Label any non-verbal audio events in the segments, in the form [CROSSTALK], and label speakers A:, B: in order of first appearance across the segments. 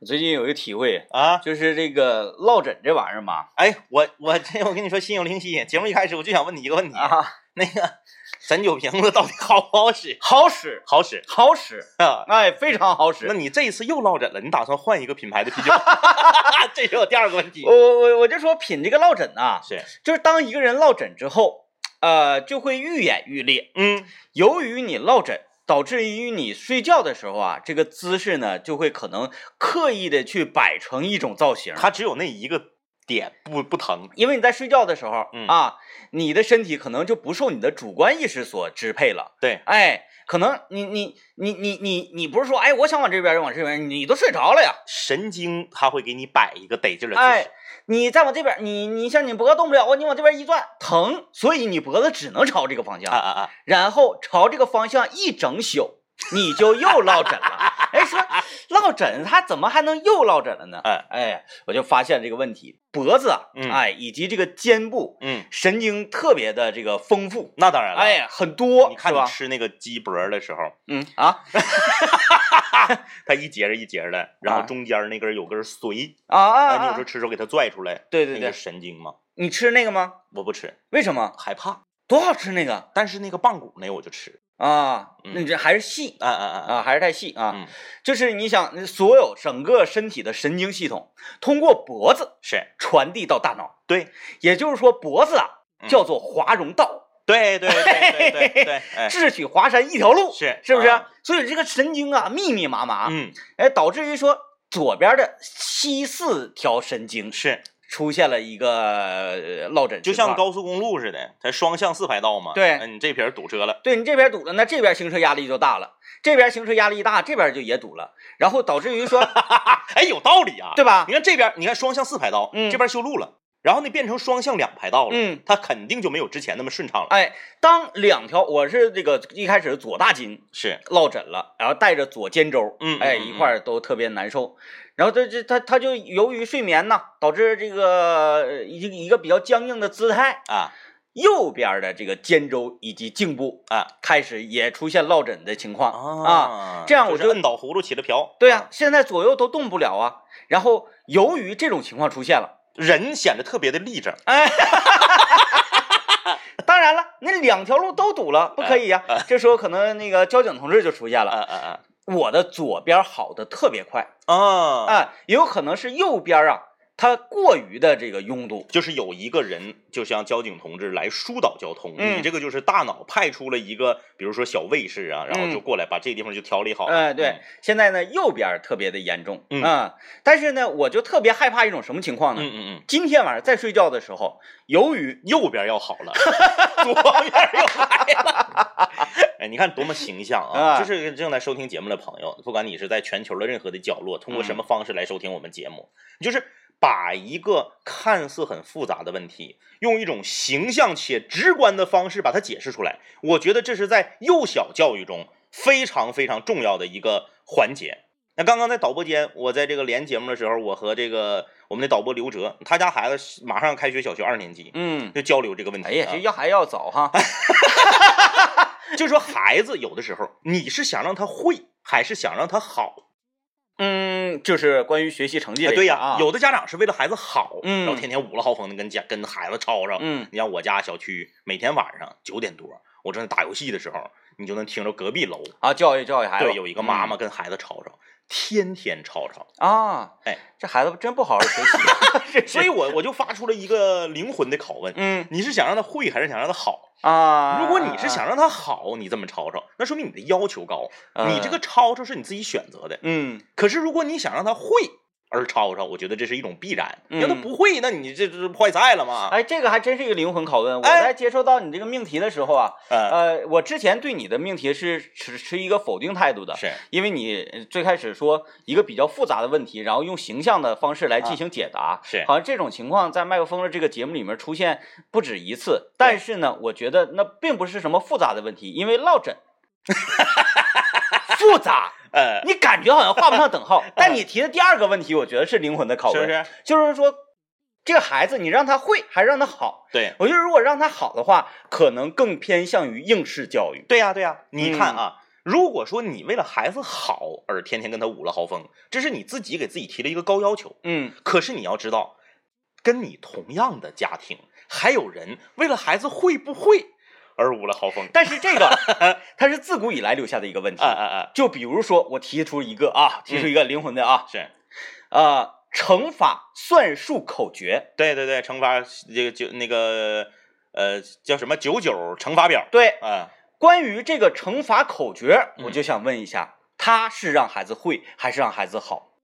A: 我最近有一个体会，
B: 啊！
A: 就是这个落枕这玩意儿嘛，
B: 哎，我我这我跟你说，心有灵犀。节目一开始我就想问你一个问题，
A: 啊，
B: 那个神酒瓶子到底好不好使？
A: 好使，
B: 好使
A: 好使，
B: 啊！
A: 哎，非常好使
B: 那。你这一次又落枕了，你打算换一个品牌的
A: [LAUGHS]
B: 啤酒？这是我第二个问题
A: 我。我我我就说品这个落枕呐、
B: 是，
A: 就是当一个人落枕之后，呃，就会愈演愈烈。
B: 嗯，
A: 由于你落枕，导致于你睡觉的时候啊，这个姿势呢就会可能刻意的去摆成一种造型。
B: 它只有那一个点不不疼。
A: 因为你在睡觉的时候、
B: 嗯
A: 啊，你的身体可能就不受你的主观意识所支配了。
B: 对，
A: 哎，可能你你你你你你不是说哎，我想往这边就往这边，你都睡着了呀。
B: 神经它会给你摆一个得劲儿的姿
A: 哎
B: 势。，
A: 你再往这边，你你像你脖子动不了，我你往这边一转疼，所以你脖子只能朝这个方向，
B: 啊啊啊！
A: 然后朝这个方向一整宿，你就又落枕了。哎，说落枕，它怎么还能又落枕了呢？
B: 哎
A: 哎，我就发现这个问题，脖子啊，
B: 嗯
A: 哎，以及这个肩部
B: 嗯，
A: 神经特别的这个丰富，
B: 那当然了。，
A: 哎，很多，
B: 你看
A: 是
B: 你
A: 吧？
B: 吃那个鸡脖儿的时候，
A: 嗯啊
B: 它一节儿一节儿的，然
A: 啊
B: 后中间儿那根儿有根儿髓，
A: 啊啊
B: 啊，
A: 啊
B: 你有时候吃时候给它拽出来，
A: 对对
B: 那个
A: 对，
B: 神经嘛，
A: 你吃那个吗？
B: 我不吃，
A: 为什么？
B: 害怕。
A: 多好吃那个
B: 但是那个棒骨呢，我就吃。
A: 啊！
B: 嗯
A: 那你这还是细
B: 啊啊啊！
A: 啊，还是太细啊。
B: 嗯
A: 就是你想，所有整个身体的神经系统通过脖子
B: 是
A: 传递到大脑，
B: 对
A: 也就是说，脖子啊
B: 嗯
A: 叫做华容道，
B: 对对对对对对，哎，
A: 智取华山一条路，
B: 是
A: 是不是？
B: 啊
A: 所以这个神经啊密密麻麻，
B: 嗯
A: 哎，导致于说左边的西四条神经
B: 是，
A: 出现了一个呃落枕
B: 就
A: 情况，
B: 像高速公路似的，它双向四排道嘛。
A: 对
B: 哎你这边堵车了，
A: 对你这边堵了，那这边行车压力就大了，这边行车压力一大，这边就也堵了，然后导致于
B: [LAUGHS]
A: 说，
B: 哎，有道理啊。
A: 对吧
B: 你看这边，你看双向四排道，
A: 嗯
B: 这边修路了，然后呢变成双向两排道了，
A: 嗯，
B: 它肯定就没有之前那么顺畅了。
A: 哎，当两条我是这个一开始左大筋
B: 是，
A: 落枕了，然后带着左肩周，
B: 嗯
A: 哎
B: 嗯嗯
A: 一块儿都特别难受，然后这这他他就由于睡眠呐，导致这个呃一个一个比较僵硬的姿态，
B: 啊
A: 右边的这个肩周以及颈部
B: 啊
A: 开始也出现落枕的情况啊
B: 啊
A: 这样我
B: 是
A: 就
B: 摁倒葫芦起了瓢。
A: 对啊，现在左右都动不了啊，然后由于这种情况出现了。
B: 人显得特别的立正。
A: 哎，当然了，那两条路都堵了，不可以呀、这时候可能那个交警同志就出现
B: 啊
A: 了。
B: 啊
A: 我的左边好的特别快
B: 啊啊！
A: 啊，也有可能是右边啊，它过于的这个拥堵。
B: 就是有一个人，就像交警同志来疏导交通，
A: 嗯
B: 你这个就是大脑派出了一个，比如说小卫士啊，然后就过来把这地方就调理好。
A: 嗯哎、对，，现在呢右边特别的严重
B: 嗯
A: 啊、但是呢，我就特别害怕一种什么情况
B: 嗯
A: 呢？
B: 嗯嗯，
A: 今天晚上在睡觉的时候，由于
B: 右边要好了， [LAUGHS] 左边又来了。哎，你看多么形象啊！
A: 啊
B: 就是正在收听节目的朋友，不管你是在全球的任何的角落，通过什么方式来收听我们节目，就是把一个看似很复杂的问题，用一种形象且直观的方式把它解释出来。我觉得这是在幼小教育中非常非常重要的一个环节。那刚刚在导播间，我在这个连节目的时候，我和这个我们的导播刘哲，他家孩子是马上要开学小学二年级，
A: 嗯，
B: 就交流这个问题、啊。哎
A: 哎呀，这要还要早哈，
B: 就说孩子有的时候，你是想让他会，还是想让他好？
A: 嗯，就是关于学习成绩、
B: 哎，对呀、
A: 啊，
B: 有的家长是为了孩子好，
A: 嗯
B: 然后天天捂了豪风的跟家跟孩子吵吵。
A: 嗯
B: 你像我家小区，每天晚上九点多，我正在打游戏的时候，你就能听着隔壁楼
A: 啊，教育教育孩子，
B: 对有一个
A: 嗯
B: 妈妈跟孩子吵吵，天天吵吵。
A: 啊，
B: 哎，
A: 这孩子真不好好
B: [LAUGHS]
A: 学习，
B: 所以我我就发出了一个灵魂的拷问：
A: 嗯
B: 你是想让他会，还是想让他好？
A: 啊，
B: 如果你是想让他好，你这么吵吵，那说明你的要求高，你这个吵吵是你自己选择的。
A: 嗯
B: 可是如果你想让他会而吵吵，我觉得这是一种必然。
A: 嗯
B: 要他不会，那你这这坏菜了嘛？
A: 哎，这个还真是一个灵魂拷问。我
B: 啊哎
A: 在接收到你这个命题的时候啊，
B: 嗯，
A: 呃，我之前对你的命题是持持一个否定态度的，
B: 是
A: 因为你最开始说一个比较复杂的问题，然后用形象的方式
B: 啊
A: 来进行解答，
B: 是
A: 好像这种情况在麦克风的这个节目里面出现不止一次。但是呢，我觉得那并不是什么复杂的问题，因为落
B: [LAUGHS]
A: 枕复杂。
B: 呃，
A: 你感觉好像画不上等
B: [LAUGHS]
A: 号，但你提的第二个问题，我觉得是灵魂的拷
B: 是
A: 问，
B: 不是？
A: 就是说，这个孩子你让他会还是让他好？
B: 对，
A: 我觉得如果让他好的话，可能更偏向于应试教育。嗯
B: 对呀、对呀、你看啊，如果说你为了孩子好而天天跟他舞了豪风，这是你自己给自己提了一个高要求。
A: 嗯，
B: 可是你要知道，跟你同样的家庭，还有人为了孩子会不会而舞了豪风。
A: 但是这
B: [LAUGHS]
A: 个它是自古以来留下的一个问题
B: 啊。嗯啊啊！
A: 就比如说，我提出一个啊，提出一个灵魂的啊，
B: 是
A: 呃，乘法算术口诀。
B: 对对对，乘法这个就那个呃叫什么九九乘法表
A: 对，
B: 啊？
A: 关于这个乘法口诀，
B: 嗯
A: 我就想问一下，它是让孩子会还是让孩子好？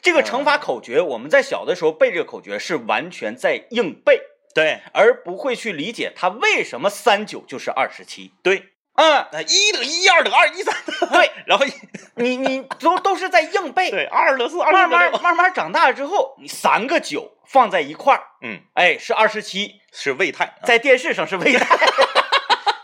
A: 这个乘法
B: 呃
A: 口诀，我们在小的时候背这个口诀是完全在硬背，
B: 对
A: 而不会去理解它为什么三九就是二十七。
B: 对，
A: 嗯，
B: 那一得一，二得二，一三得
A: 对，
B: [LAUGHS] 然后一
A: 你你都都是在硬背，
B: 对二得四，二
A: 慢
B: 得
A: 慢
B: 六，
A: 慢慢长大了之后，你三个九放在一块儿，
B: 嗯，
A: 哎，是二十七，
B: 是胃态啊。
A: 在电视上是未来， [LAUGHS]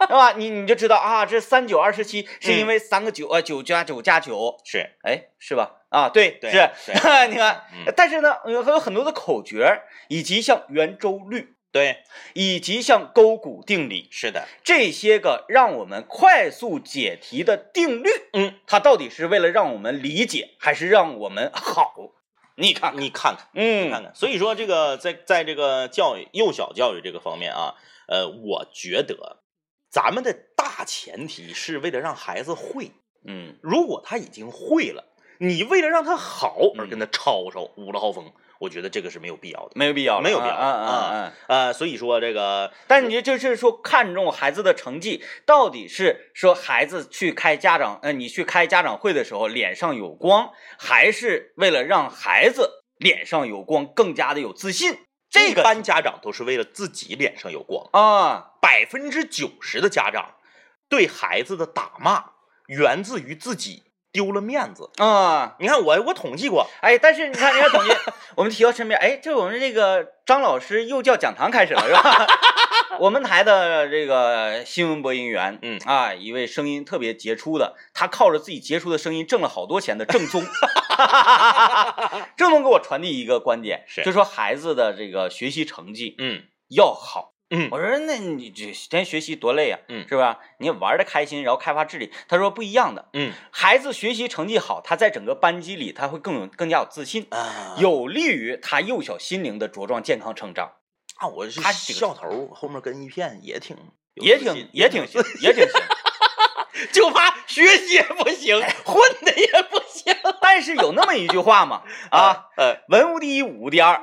A: 对吧？你你就知道啊，这三九二十七是
B: 嗯
A: 因为三个九啊，九加九加九，
B: 是
A: 哎，是吧？啊，对，
B: 对
A: 是， [LAUGHS]
B: 对
A: 你看，
B: 嗯
A: 但是呢，呃还有很多的口诀，以及像圆周率，
B: 对，
A: 以及像勾股定理，
B: 是的，
A: 这些个让我们快速解题的定律，
B: 嗯，
A: 它到底是为了让我们理解，还是让我们好？你看看，
B: 嗯你看看看
A: 嗯
B: 看，所以说这个在在这个教育幼小教育这个方面啊，呃，我觉得咱们的大前提是为了让孩子会，
A: 嗯，
B: 如果他已经会了，你为了让他好而跟他吵吵捂了豪风，我觉得这个是没有必要的。
A: 没有必要了，
B: 没有必要
A: 啊啊啊
B: 啊
A: 啊！
B: 呃，所以说这个
A: 但你就是说看重孩子的成绩，到底是说孩子去开家长，呃，你去开家长会的时候脸上有光，还是为了让孩子脸上有光，更加的有自信？这
B: 一
A: 个
B: 般家长都是为了自己脸上有光，
A: 啊，
B: 百分之九十的家长对孩子的打骂源自于自己丢了面子。
A: 啊，
B: 你看我我统计过，
A: 哎，但是你看，你看，
B: [LAUGHS]
A: 董军，我们提到身边，哎，这我们这个张老师幼教讲堂开始了，是吧？ [LAUGHS] 我们台的这个新闻播音员，
B: 嗯
A: 啊，一位声音特别杰出的，他靠着自己杰出的声音挣了好多钱的郑宗， [LAUGHS] 郑宗给我传递一个观点，
B: 是
A: 就说孩子的这个学习成绩
B: 嗯
A: 要好。
B: 嗯
A: 我说那你这咱学习多累呀、
B: 嗯
A: 是吧？你玩的开心，然后开发智力。他说不一样的，
B: 嗯
A: 孩子学习成绩好，他在整个班级里他会更有更加有自信。
B: 啊，
A: 有利于他幼小心灵的茁壮健康成长，
B: 啊，我是
A: 他这个
B: 笑头后面跟一片也挺有
A: 也
B: 自
A: 挺
B: 信
A: 也挺行，也挺
B: [LAUGHS]
A: 行。
B: 就怕学习也不行，哎混的也不 [LAUGHS] 行
A: 但是有那么一句话嘛，啊，，
B: 呃，
A: 文无第一，武无第二，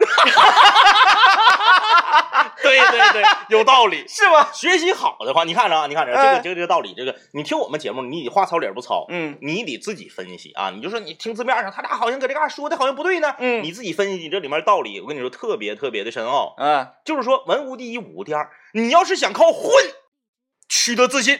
B: 对对对，有道理。
A: 是吧？
B: [LAUGHS] 学习好的话，你看着啊，你看着这个这个这个道理，这个你听我们节目，你得话糙理儿不糙，
A: 嗯
B: 你得自己分析啊。你就说你听字面上，他俩好像搁这嘎说的好像不对呢，
A: 嗯
B: 你自己分析，你这里面道理，我跟你说特别特别的深奥。
A: 啊，
B: 就是说文无第一，武无第二。你要是想靠混取得自信，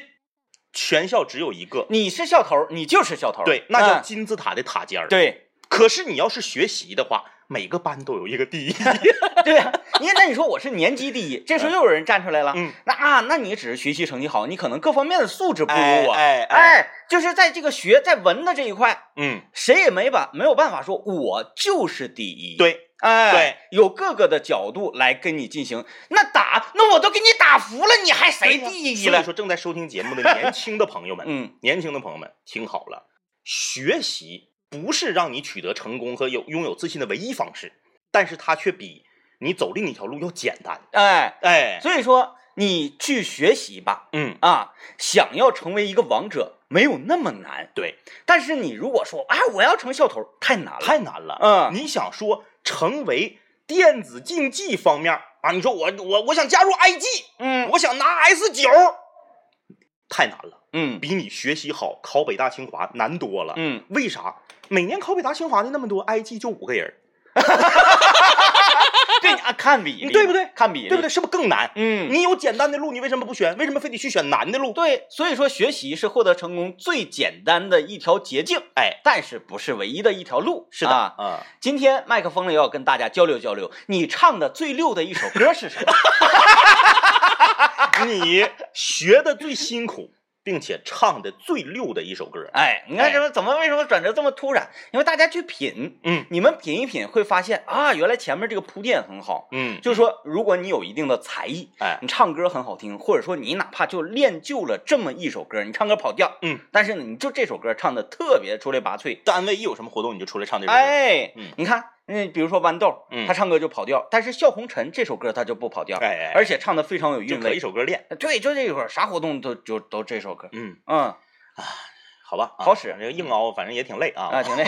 B: 全校只有一个，
A: 你是校头，你就是校头，
B: 对，那叫
A: 嗯
B: 金字塔的塔尖儿。，
A: 对
B: 可是你要是学习的话，每个班都有一个第一。 [LAUGHS]
A: 对呀。你那你说我是年级第一，这时候又有人站出来了，
B: 嗯，
A: 那啊，那你只是学习成绩好，你可能各方面的素质不
B: 不
A: 如
B: 如我，
A: 我，
B: 哎，
A: 哎，就是在这个学在文的这一块，
B: 嗯，
A: 谁也没把没有办法说我就是第一，。
B: 对，
A: 哎，
B: 对，
A: 有各个的角度来跟你进行那打，那我都给你打服了，你还谁
B: 对呀
A: 第一
B: 所以
A: 了？
B: 说，正在收听节目的年轻的朋友们，
A: 嗯，
B: [LAUGHS] 年轻的朋友们，听好了，学习不是让你取得成功和有拥有自信的唯一方式，但是它却比你走另一条路要简单。
A: 哎，
B: 哎，
A: 所以说你去学习吧，
B: 嗯，
A: 啊，想要成为一个王者没有那么难，
B: 对，
A: 但是你如果说，哎，我要成校头，太难了。
B: 太难了。
A: 嗯
B: 你想说成为电子竞技方面儿啊？你说我我我想加入 IG，
A: 嗯
B: 我想拿 S 九，太难了，
A: 嗯
B: 比你学习好考北大清华难多了。
A: 嗯，
B: 为啥？每年考北大清华的那么多，IG 就五个人儿，
A: [LAUGHS] 对啊，看比例，
B: 对不对？
A: 看比例，
B: 对不对？？是不是更难？
A: 嗯，
B: 你有简单的路，你为什么不选？为什么非得去选难的路？
A: 对，所以说学习是获得成功最简单的一条捷径，
B: 哎，
A: 但是不是唯一的一条路？
B: 是的，
A: 啊，
B: 啊，
A: 今天麦克风里要跟大家交流交流，你唱的最溜的一
B: [LAUGHS]
A: 首歌是什么？
B: 啊你学的最辛苦， [LAUGHS] 并且唱的最溜的一首歌。
A: 哎，你看
B: 哎
A: 什么？怎么为什么转折这么突然？因为大家去品，
B: 嗯
A: 你们品一品会发现啊，原来前面这个铺垫很好。
B: 嗯，
A: 就是说，如果你有一定的才艺，
B: 哎
A: 你唱歌很好听，或者说你哪怕就练就了这么一首歌，你唱歌跑调，
B: 嗯，
A: 但是呢，你就这首歌唱的特别出类拔萃，
B: 单位一有什么活动你就出来唱这首歌。
A: 哎
B: 嗯，
A: 你看，嗯，比如说豌豆，
B: 嗯
A: 他唱歌就跑调，但是笑红尘这首歌他就不跑调，
B: 哎哎，
A: 而且唱的非常有
B: 就
A: 韵
B: 可
A: 味
B: 一。首歌练。
A: 对，就这一会儿啥活动都就都这首歌，
B: 嗯，
A: 嗯
B: 好吧，啊
A: 好使
B: 反正硬熬，反正也挺累啊。
A: 啊，挺累。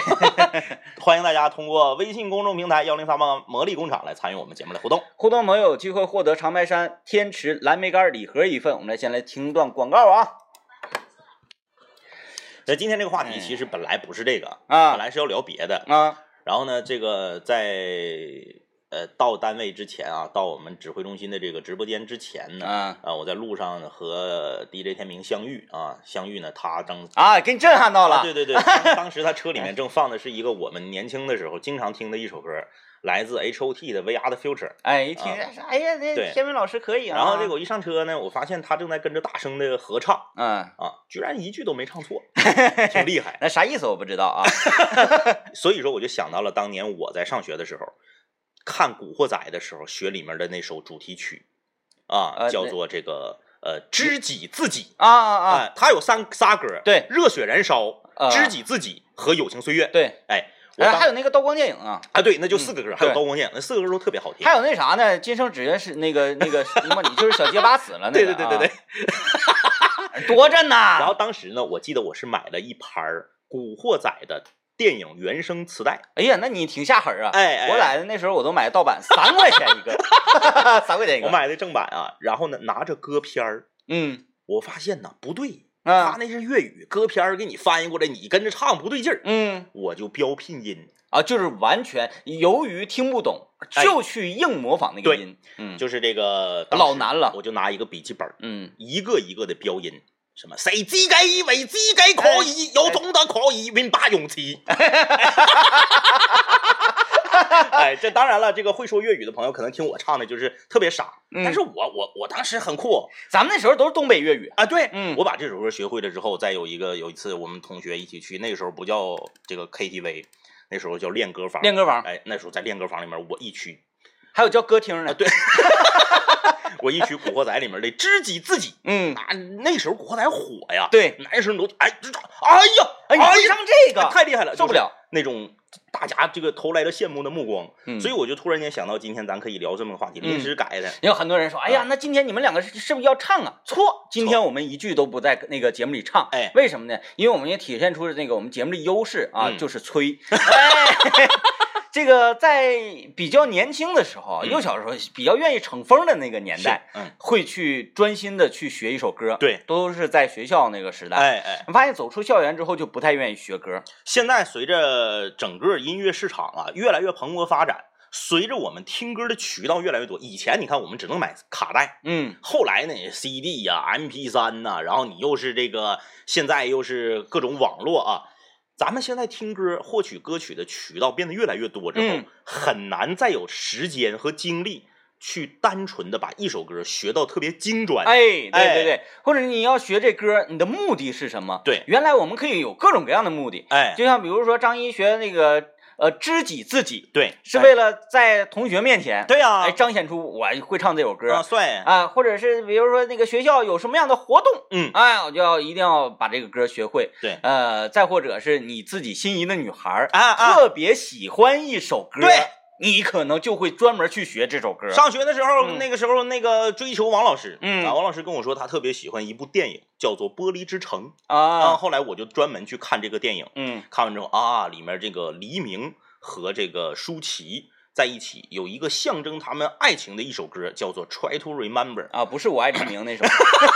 A: [LAUGHS]
B: 欢迎大家通过微信公众平台幺零三八魔力工厂来参与我们节目的互动。
A: 互动朋友有机会获得长白山天池蓝莓干礼盒一份。我们来先来听段广告啊
B: 那呃今天这个话题
A: 嗯
B: 其实本来不是这个，本
A: 啊
B: 来是要聊别的。
A: 啊！
B: 然后呢，这个在呃到单位之前啊，到我们指挥中心的这个直播间之前呢，
A: 啊
B: 啊，我在路上和 DJ 天明相遇啊，相遇呢，他正
A: 啊，给你震撼到了。
B: 啊对 [LAUGHS] 对对，当当时他车里面正放的是一个我们年轻的时候经常听的一首歌，来自 H.O.T 的《VR 的 Future》。
A: 哎，一听，
B: 啊
A: 哎呀，这
B: 对
A: 天明老师可以啊。
B: 然后这个，我一上车呢，我发现他正在跟着大声的合唱
A: 嗯，
B: 啊，居然一句都没唱
A: [LAUGHS]
B: 错，挺厉害。
A: 那啥意思我不知道啊。
B: 所以说我就想到了当年我在上学的时候，看《古惑仔》的时候学里面的那首主题曲，啊，
A: 呃
B: 叫
A: 那
B: 做这个呃知己自己
A: 啊啊啊！
B: 哎它有三仨歌，
A: 对
B: 热血燃烧
A: 啊、
B: 知己自己和友情岁月。
A: 对，
B: 哎，我
A: 哎，还
B: 当
A: 有那个刀光剑影啊，
B: 啊，对，那就四个歌，还有
A: 对
B: 刀光剑，那四个歌都特别好听。
A: 还有那啥呢？今生只愿是那个那个什么，你就是小结巴死了那个。啊
B: [LAUGHS] 对对对对对。
A: 对，多着呢。
B: 然后当时呢，我记得我是买了一盘儿《古惑仔》的电影原声磁带，
A: 哎呀，那你挺下狠啊！
B: 哎哎
A: 我来的那时候我都买盗版，三块钱一
B: [LAUGHS]
A: 个，三块钱一个。
B: 我买的正版啊。然后呢，拿着歌片儿，
A: 嗯
B: 我发现呢不对，他
A: 啊
B: 那是粤语歌片儿给你翻译过来，你跟着唱不对劲儿，
A: 嗯
B: 我就标拼音。
A: 啊，就是完全由于听不懂，
B: 哎
A: 就去硬模仿那个
B: 对
A: 音。嗯，
B: 就是这个当时
A: 老难了。
B: 我就拿一个笔记本儿，
A: 嗯，
B: 一个一个的标音。什么？谁自己为自己可以，
A: 哎
B: 有种的可以，云霸勇气。 [LAUGHS] 哎，这当然了，这个会说粤语的朋友可能听我唱的就是特别傻，
A: 嗯
B: 但是我我我当时很酷
A: 咱们那时候都是东北粤语。
B: 啊。对，
A: 嗯
B: 我把这首歌学会了之后，再有一个有一次我们同学一起去，那个时候不叫这个 KTV，那时候叫练歌房。
A: 练歌房，
B: 哎，那时候在练歌房里面，我一曲
A: 还有叫歌厅
B: 啊，
A: 呢。
B: 对，我一曲《古惑仔》里面的知己自己，
A: 嗯，
B: 啊，那时候《古惑仔》火呀，
A: 对，
B: 男生都哎，这哎呀，
A: 哎，你
B: 呀
A: 为什么这个？
B: 太厉害了，
A: 受不了，
B: 那种大家这个投来了羡慕的目光，
A: 嗯
B: 所以我就突然间想到，今天咱可以聊这么个话题，临时改的，
A: 也有很多人说，哎
B: 嗯
A: 呀，那今天你们两个是是不是要唱啊？错，今天我们一句都不在那个节目里唱，
B: 哎
A: 为什么呢？因为我们也体现出了那个我们节目的优势啊，
B: 嗯
A: 就是
B: [LAUGHS]
A: 吹。哎这个在比较年轻的时候，啊
B: 嗯
A: 幼小的时候比较愿意逞风的那个年
B: 是
A: 代，，
B: 嗯，
A: 会去专心的去学一首歌，，
B: 对，
A: 都是在学校那个时代。
B: 哎哎，
A: 发现走出校园之后就不太愿意学歌，
B: 现在随着整个音乐市场啊越来越蓬勃发展，随着我们听歌的渠道越来越多，以前你看我们只能买卡带。
A: 嗯，
B: 后来呢，CD 呀、m p 3呐、然后你又是这个，现在又是各种网络啊。咱们现在听歌、获取歌曲的渠道变得越来越多之后，
A: 嗯
B: 很难再有时间和精力去单纯的把一首歌学到特别精专。
A: 哎，对
B: 哎
A: 对对，或者你要学这歌，你的目的是什么？
B: 对
A: 原来我们可以有各种各样的目的，
B: 哎，
A: 就像比如说张一学那个呃知己自己，
B: 对，
A: 是
B: 哎
A: 为了在同学面前
B: 对呀、
A: 哎彰显出我会唱这首歌
B: 啊，帅，
A: 啊，或者是比如说那个学校有什么样的活动，
B: 嗯，
A: 哎，我就要一定要把这个歌学会。
B: 对
A: 呃，再或者是你自己心仪的女孩儿
B: 啊啊，
A: 特别喜欢一首歌，
B: 对，
A: 你可能就会专门去学这首歌。
B: 上学的时候，
A: 嗯
B: 那个时候那个追求王老师，
A: 嗯
B: 啊，王老师跟我说他特别喜欢一部电影，叫做《玻璃之城》啊，
A: 啊，
B: 后来我就专门去看这个电影。
A: 嗯
B: 看完之后啊，里面这个黎明和这个舒淇在一起，有一个象征他们爱情的一首歌，叫做《Try to Remember》
A: 啊，不是我爱黎明那首，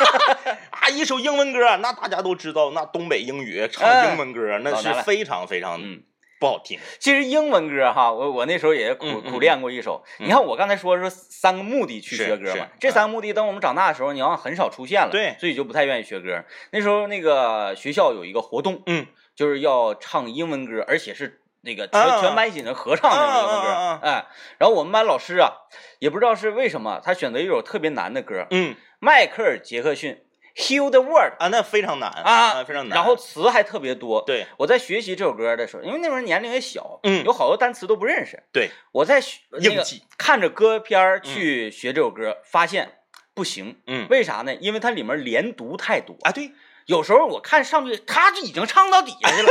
B: [LAUGHS] 啊，一首英文歌，那大家都知道，那东北英语唱
A: 哎
B: 英文歌、啊那
A: 老难
B: 是
A: 了
B: 非常非常
A: 嗯。
B: 不好听。
A: 其实英文歌哈，我我那时候也苦、
B: 嗯嗯
A: 苦练过一首。
B: 嗯
A: 你看我刚才说说三个目的去
B: 是
A: 学歌
B: 是
A: 嘛，这三个目的等我们长大的时候，你好像很少出现了，
B: 对
A: 所以就不太愿意学歌。那时候那个学校有一个活动，
B: 嗯，
A: 就是要唱英文歌，而且是那个全、
B: 啊
A: 全班一起能合唱那个英文歌，
B: 啊啊啊
A: 哎，然后我们班老师啊，也不知道是为什么，他选择一首特别难的歌，
B: 嗯，
A: 迈克尔·杰克逊《 heal the world
B: 啊，那非常难
A: 啊
B: 非常难。
A: 然后词还特别多。
B: 对
A: 我在学习这首歌的时候，因为那时候年龄也小，
B: [LAUGHS] 嗯
A: 有好多单词都不认识。
B: 对，
A: 我在学呃那
B: 硬
A: 个
B: 记，
A: 看着歌片儿去学这首歌，发现不行，
B: 嗯
A: 为啥呢？因为它里面连读太多，哎
B: 啊，对，
A: 有时候我看上去他就已经唱到底下
B: [LAUGHS]
A: 去了，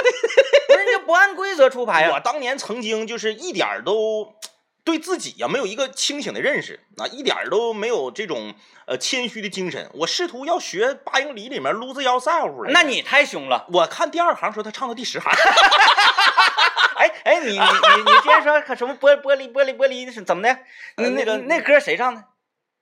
A: 不是人家不按规则出牌
B: 我
A: 啊。
B: 当年曾经就是一点儿都对自己啊呀、没有一个清醒的认识啊，一点儿都没有这种呃谦虚的精神。我试图要学《八英里》里面 “lose yourself” 来
A: 那你太凶
B: [LAUGHS]
A: 了，
B: 我看第二行说他唱到第十行， [LAUGHS]
A: 哎哎，你你你你之前说可什么玻玻璃玻璃玻璃是怎么的？那
B: 呃那个
A: 那歌谁唱的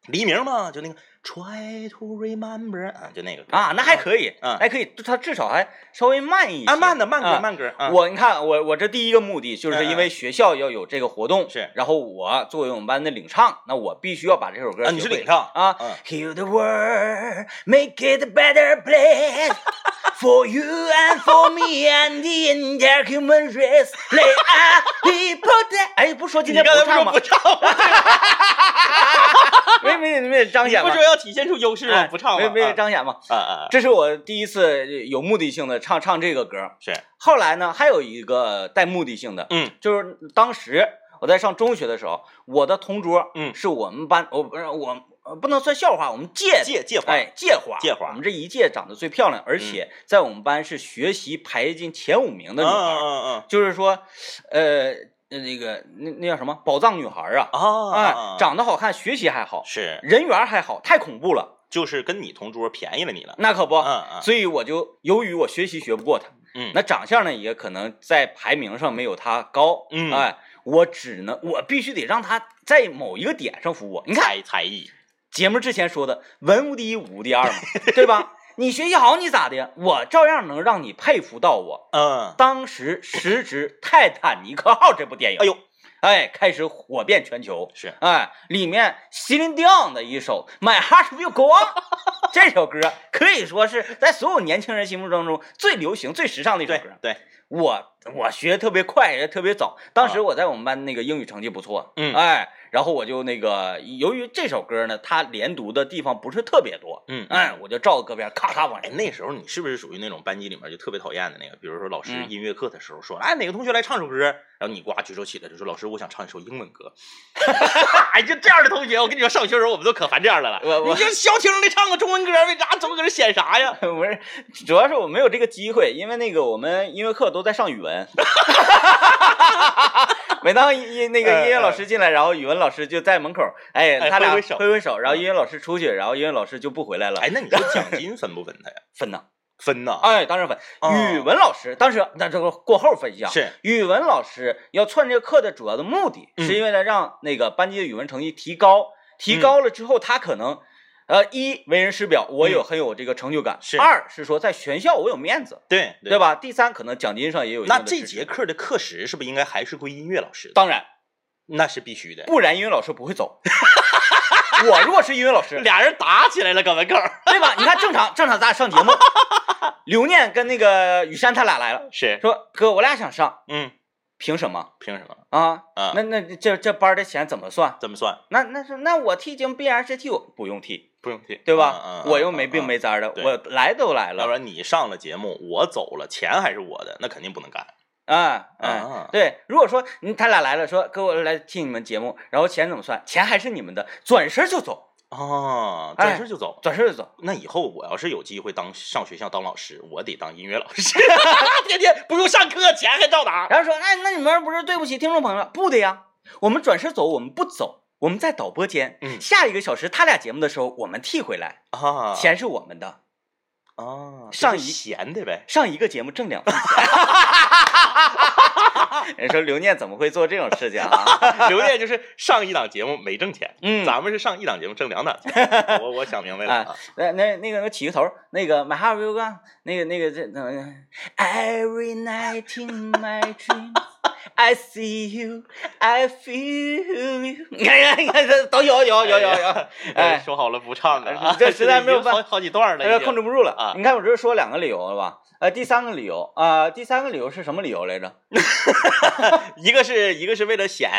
B: 黎明嘛，就那个 “try to remember” 啊，就那个歌
A: 啊？那还可以，
B: 嗯
A: 还可以，他至少还稍微慢一些。
B: 啊，慢的慢歌
A: 啊
B: 慢歌啊，嗯
A: 我你看，我我这第一个目的就是因为学校要有这个活动，
B: 是
A: 然后我作为我们班的领唱，那我必须要把这首歌
B: 啊，你是
A: 学会
B: 领唱，
A: 啊
B: 嗯
A: ，Heal the world, make it a better
B: [LAUGHS]
A: place for you and for me and the entire human
B: [LAUGHS]
A: race. Let us be protected. 哎，不说今
B: 你
A: 天
B: 刚才
A: 不
B: 不说
A: 唱吗
B: 不？唱吗，
A: 没没没彰
B: 你
A: 显
B: 不
A: 吗？
B: 说要体现出优势吗？
A: 哎
B: 不唱吗？
A: 没没
B: 啊
A: 彰显吗？
B: 啊啊，
A: 这是我第一次有目的性的唱唱这个歌。
B: 是，
A: 后来呢，还有一个带目的性的，
B: 嗯
A: 就是当时我在上中学的时候，我的同桌，
B: 嗯
A: 是我们班，我不是我呃不能算校花，我们届
B: 借借花，
A: 哎届花
B: 借嗯花
A: 我们这一届长得最漂亮，而且在我们班是学习排进前五名的
B: 嗯
A: 女孩，
B: 嗯嗯
A: 就是说，呃，那个那那叫什么宝藏女孩啊，
B: 嗯
A: 哎、
B: 啊，
A: 长得好看，学习还好，
B: 是
A: 人缘还好，太恐怖了，
B: 就是跟你同桌便宜了你了。
A: 那可不。
B: 嗯
A: 所以我就由于我学习学不过她，
B: 嗯
A: 那长相呢也可能在排名上没有她高，
B: 嗯
A: 哎，我只能我必须得让她在某一个点上服我。你
B: 嗯，
A: 看
B: 才才艺，
A: 节目之前说的，文无第一，武无第二
B: [LAUGHS]
A: 嘛，对吧？你学习好你咋的呀？我照样能让你佩服到我。
B: 嗯，
A: 当时时值《泰坦尼克号》这部电影，
B: 哎呦，
A: 哎，开始火遍全球。
B: 是
A: 哎，里面席琳迪昂的一首《My Heart Will Go
B: [LAUGHS]
A: On》这首歌，可以说是在所有年轻人心目当中最流行、最时尚的一首
B: 对
A: 歌。
B: 对，
A: 我我学得特别快，也特别早。当时我在我们班那个英语成绩不错，
B: 啊嗯
A: 哎，然后我就那个，由于这首歌呢，它连读的地方不是特别多，
B: 嗯哎
A: 哎，我就照着歌边咔咔往
B: 哎，
A: 上。 [LAUGHS]
B: 那时候你是不是属于那种班级里面就特别讨厌的那个？比如说老师
A: 嗯
B: 音乐课的时候说，哎，哪个同学来唱首歌，然后你呱举手起来就说，老师，我想唱一首英文歌。 [LAUGHS] 哎，就这样的同学，我跟你说，上学的时候我们都可烦这样的了。
A: 我我
B: 你就消停的唱个中文歌，为啥总搁这显啥呀？
A: 不是，主要是我没有这个机会，因为那个我们音乐课都在上语文。 [LAUGHS] 每当音那个音乐老师进来，然后语文老师就在门口，哎，
B: 哎
A: 他俩
B: 挥挥手嗯
A: 挥挥手，然后音乐老师出去，然后音乐老师就不回来了。
B: [LAUGHS] 哎，那你这奖金分不分他呀？
A: 分呐，
B: 分呐，
A: 哎，当然分。
B: 哦
A: 语文老师当时那这个过后分析啊，
B: 是
A: 语文老师要篡这个课的主要的目的，
B: 嗯
A: 是因为了让那个班级的语文成绩提高，提高了之后，他可能，呃，一为人师表，我有很有这个成就感；
B: 嗯是
A: 二是说在全校我有面子，
B: 对
A: 对。吧？第三，可能奖金上也有一定
B: 那
A: 的
B: 这
A: 支持
B: 节课的课时是不是应该还是归音乐老师的？
A: 当然，
B: 那是必须的。
A: 不然音乐老师不会走。 [LAUGHS] 我如果是音乐老
B: [LAUGHS]
A: 师，
B: 俩人打起来了，搁门口。
A: 对吧？你看正常正常，咱俩上节
B: [LAUGHS]
A: 目，刘念跟那个雨山他俩来了，
B: 是，
A: 说哥，我俩想上，
B: 嗯，
A: 凭什么
B: 凭什么
A: 啊？
B: 啊？
A: 那那这这班的钱怎么算？
B: 怎么算？
A: 那那是那我替经必然是替我不用替，
B: 不用替，
A: 对
B: 嗯
A: 吧？
B: 嗯
A: 我又没
B: 嗯
A: 病
B: 嗯
A: 没灾的，
B: 对
A: 我来都来
B: 要不
A: 了，
B: 然你上了节目，我走了，钱还是我的，那肯定不能干。
A: 啊
B: 啊
A: 嗯，对。如果说嗯他俩来了，说给我来听你们节目，然后钱怎么算？钱还是你们的，转身就走，
B: 哦，
A: 哎
B: 转身就走。
A: 转身就走。
B: 那以后我要是有机会当上学校当老师，我得当音乐老
A: [LAUGHS]
B: 师，天天不用上课，钱还照拿。
A: 然后说，哎，那你们不是对不起听众朋友？不的呀，我们转身走，我们不走，我们在导播间，
B: 嗯
A: 下一个小时他俩节目的时候，我们替回来，
B: 啊，
A: 钱是我们的。
B: 啊，这
A: 上
B: 是
A: 一
B: 闲的呗。
A: 上一个节目挣两
B: [LAUGHS]
A: 分钱。人说刘念怎么会做这种事情啊？
B: 刘念就是上一档节目没挣钱，
A: [LAUGHS] 嗯哎
B: 咱们是上一档节目挣两档
A: [LAUGHS]
B: 钱。我我想明白了啊，
A: 那那那个我起个头儿，那个 My Heart Will Go On，那个那个这那个 Every night in my dreams。I see you, I feel you。你 [LAUGHS] 看，你看，这都有有有有有，哎
B: 说好了不唱了啊，
A: 这实在没有办
B: 好好几段了，
A: 有点控制不住了
B: 啊
A: 你看，我这说两个理由了吧？呃，第三个理由呃啊、第三个理由是什么理由来着？
B: 一个是一个是为了显，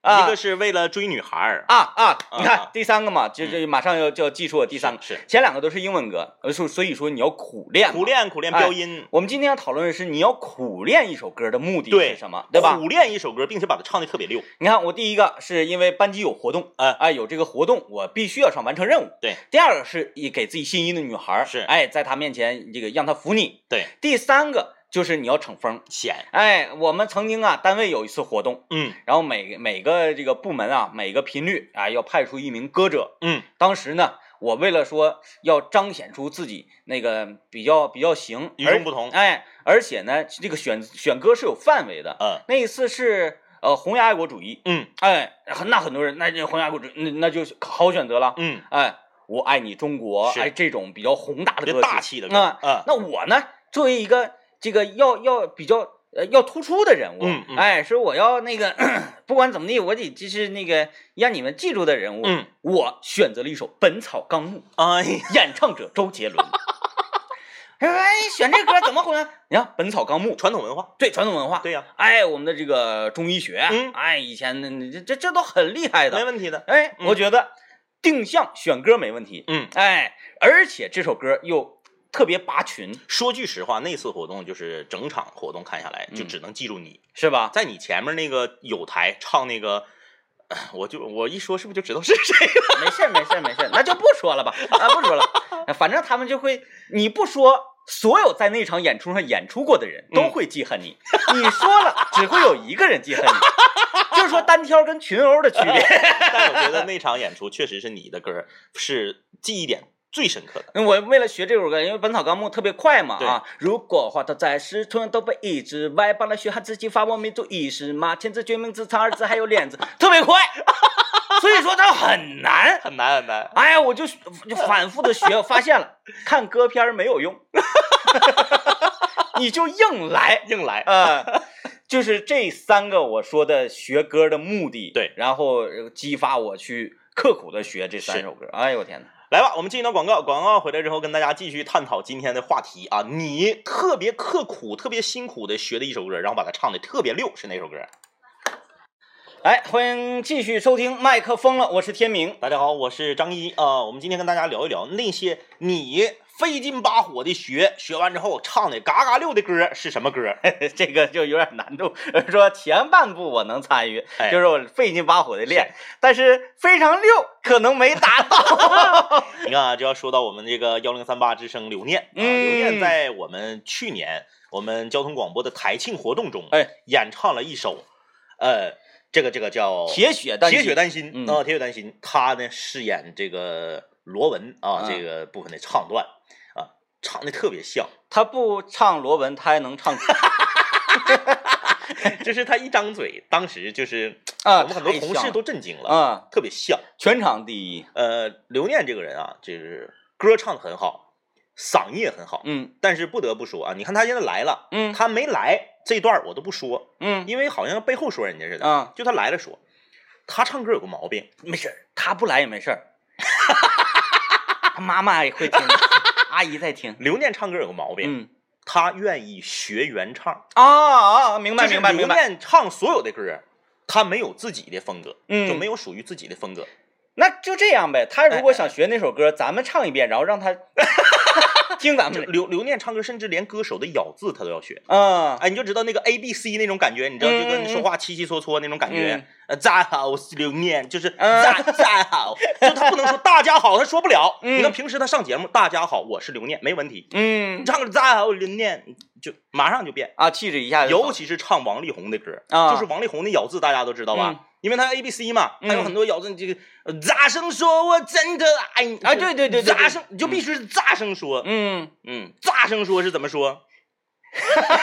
A: 啊
B: 一个是为了追女孩儿，
A: 啊啊！你
B: 啊嗯
A: 看第三个嘛，就这马上要就要记住我第三个，
B: 是
A: 前两个都是英文歌，呃，所所以说你要苦练，
B: 苦。练苦练
A: 哎
B: 标音，
A: 我们今天要讨论的是你要苦练一首歌的目的
B: 对
A: 是什么，对吧？
B: 苦练一首歌，并且把它唱的特别溜。
A: 你看，我第一个是因为班级有活动，
B: 哎
A: 哎，有这个活动，我必须要上完成任务。
B: 对。
A: 第二个是以给自己心仪的女孩儿，
B: 是
A: 哎，在她面前这个让她服你。
B: 对，
A: 第三个就是你要逞风。
B: 显，
A: 哎，我们曾经啊，单位有一次活动，
B: 嗯
A: 然后每每个这个部门啊，每个频率啊，要派出一名歌者，
B: 嗯，
A: 当时呢，我为了说要彰显出自己那个比较比较行，
B: 与
A: 而
B: 众不同
A: 哎，而且呢，这个选选歌是有范围的。
B: 嗯
A: 那一次是呃弘扬爱国主义，
B: 嗯
A: 哎，那很多人那就弘扬爱国主义，那那就好选择了，
B: 嗯，
A: 哎，我爱你中国，
B: 是
A: 哎，这种比较宏大的歌
B: 这
A: 曲，
B: 大气的歌，
A: 啊、
B: 嗯
A: 那我呢，作为一个这个要要比较呃要突出的人物，
B: 嗯嗯
A: 哎，说我要那个 [COUGHS] 不管怎么地，我得就是那个让你们记住的人物，
B: 嗯，
A: 我选择了一首《本草纲目
B: [LAUGHS] 哎呀，》，
A: 演唱者周杰伦。哎，选这歌怎么回事？你看《本草纲目》
B: 传统文化，
A: 对传统文化，
B: 对呀，
A: 哎，我们的这个中医学，
B: 嗯
A: 哎，以前的这这这都很厉害
B: 没
A: 的。
B: 问题的，
A: 哎，
B: 嗯
A: 我觉得定向选歌没问题，
B: 嗯。
A: 哎，而且这首歌又特别拔群，
B: 说句实话，那次活动就是整场活动看下来，就
A: 嗯
B: 只能记住你，
A: 是吧？
B: 在你前面那个有台唱那个，呃我就我一说是不是就知道是谁了？ [LAUGHS]
A: 没事儿没事儿没事儿，那就不说了吧，啊，不说了，反正他们就会，你不说，所有在那场演出上演出过的人都会记恨你，你说了，只会有一个人记恨你， [LAUGHS] 就是说单挑跟群殴的区别。
B: 但我觉得那场演出确实是你的歌儿是记忆点最深刻
A: [LAUGHS]
B: 的。
A: 我为了学这首歌，因为《本草纲目》特别快嘛
B: 对
A: 啊，如果话头在世，同样都被一之外，帮来学汉字，激发我民族意识嘛，千字、决明字、长二字，还有练字，特别快， [LAUGHS] 所以说它很难。
B: 很难很难。
A: [LAUGHS] 哎呀，我就就反复的学，发现了看歌片儿没有用， [LAUGHS] 你就硬来
B: [LAUGHS] 硬来，
A: 啊、就是这三个我说的学歌的目的，
B: 对
A: 然后呃激发我去刻苦的学这三
B: 是
A: 首歌。哎呦我天哪！
B: 来吧，我们进一段广告，广告回来之后跟大家继续探讨今天的话题啊。你特别刻苦、特别辛苦的学的一首歌，然后把它唱的特别溜，是哪首歌？
A: 哎，欢迎继续收听麦克风了，我是天明。 [LAUGHS]
B: 大家好，我是张一啊、我们今天跟大家聊一聊那些你费劲巴火的学，学完之后唱的嘎嘎溜的歌是什么歌？
A: 这个就有点难度，说前半部我能参与，
B: [LAUGHS] 哎
A: 就是我费劲巴火的练，但是非常溜，可能没达到。
B: 你看啊，这要说到我们这个幺零三八之声刘念啊，
A: 嗯
B: 刘念在我们去年我们交通广播的台庆活动中，
A: 哎，
B: 演唱了一首，呃，这个这个叫
A: 铁血丹心，
B: 铁血丹心
A: 嗯
B: 啊，铁血丹心，他呢饰演这个罗文啊
A: 啊
B: 这个部分的唱段啊，唱的特别像，
A: 他不唱罗文，他还能唱
B: 就是他一张嘴，当时就是
A: 啊！
B: 我们很多
A: 太
B: 同
A: 像
B: 事
A: 了
B: 都震惊了，
A: 啊，
B: 特别像。
A: 全场第一。
B: 呃，刘念这个人啊，就是歌唱的很好，嗓音也很好，
A: 嗯
B: 但是不得不说啊，你看他现在来了，
A: 嗯
B: 他没来这段儿我都不说，
A: 嗯
B: 因为好像背后说人家似的，
A: 啊，
B: 就他来了说。他唱歌有个毛病，
A: 没事儿，他不来也没事 [LAUGHS] 儿。他妈妈也会听的，阿姨在 [LAUGHS] 听。
B: 刘念唱歌有个毛病，
A: 嗯
B: 他愿意学原唱，
A: 啊啊，明白
B: 就是
A: 明白明
B: 刘
A: 白。
B: 念唱所有的歌，他没有自己的风格，
A: 嗯
B: 就没有属于自己的风格。
A: 那就这样呗。他如果想学那首歌，咱们唱一遍，然后让他听咱
B: 就
A: 们的。
B: 刘刘念唱歌，甚至连歌手的咬字他都要学。
A: 嗯，
B: 哎，你就知道那个 A B C 那种感觉，你知道，就跟
A: 嗯嗯
B: 说话七七搓搓那种感
A: 嗯
B: 觉。呃，大家好，我是刘念，就是
A: 嗯
B: 大家好，就他不能说大家好，他说不了。
A: 嗯
B: 你看平时他上节目，大家好，我是刘念，没问题。
A: 嗯
B: 你唱个大家好，刘念就马上就变，
A: 啊，气质一下就好
B: 尤其是唱王力宏的歌，
A: 啊
B: 就是王力宏的咬字，大家都知道
A: 嗯
B: 吧？因为他 A B C 嘛，
A: 嗯
B: 还有很多咬字，你这个呃咋声说我真的爱你
A: 啊对对对对对
B: 咋声你就必须是咋声说，
A: 嗯，
B: 嗯，咋声说是怎么说？ [LAUGHS]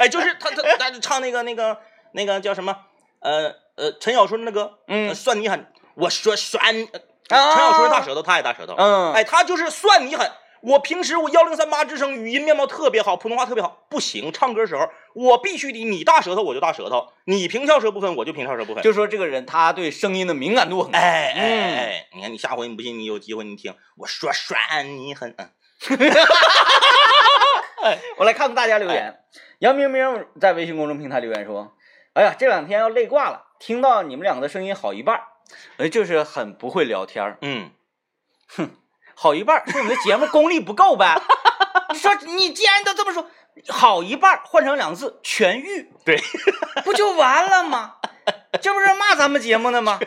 B: 哎，就是他他他就唱那个那个那个叫什么？呃呃，陈小春那个，
A: 嗯
B: 呃算你狠，我说算你，陈
A: 啊
B: 小春是大舌头，他也大舌头，
A: 嗯
B: 哎，他就是算你狠。我平时我幺零三八之声语音面貌特别好，普通话特别好，不行，唱歌时候我必须得你大舌头我就大舌头，你平翘舌部分我就平翘舌部分。
A: 就说这个人他对声音的敏感度很高。
B: 哎哎
A: 嗯
B: 哎，你看你下回你不信，你有机会你听我说算你狠，嗯
A: [LAUGHS] 哎我来看看大家留言。杨明明在微信公众平台留言说：“哎呀，这两天要累挂了，听到你们两个的声音好一半儿，哎，就是很不会聊天儿，
B: 嗯，
A: 好一半儿是我们的节目功力不够 [LAUGHS] 呗。说你既然都这么说，好一半儿换成两个字痊 [LAUGHS] 愈，
B: 对，
A: 不就完了吗？这不是骂咱们节目呢吗？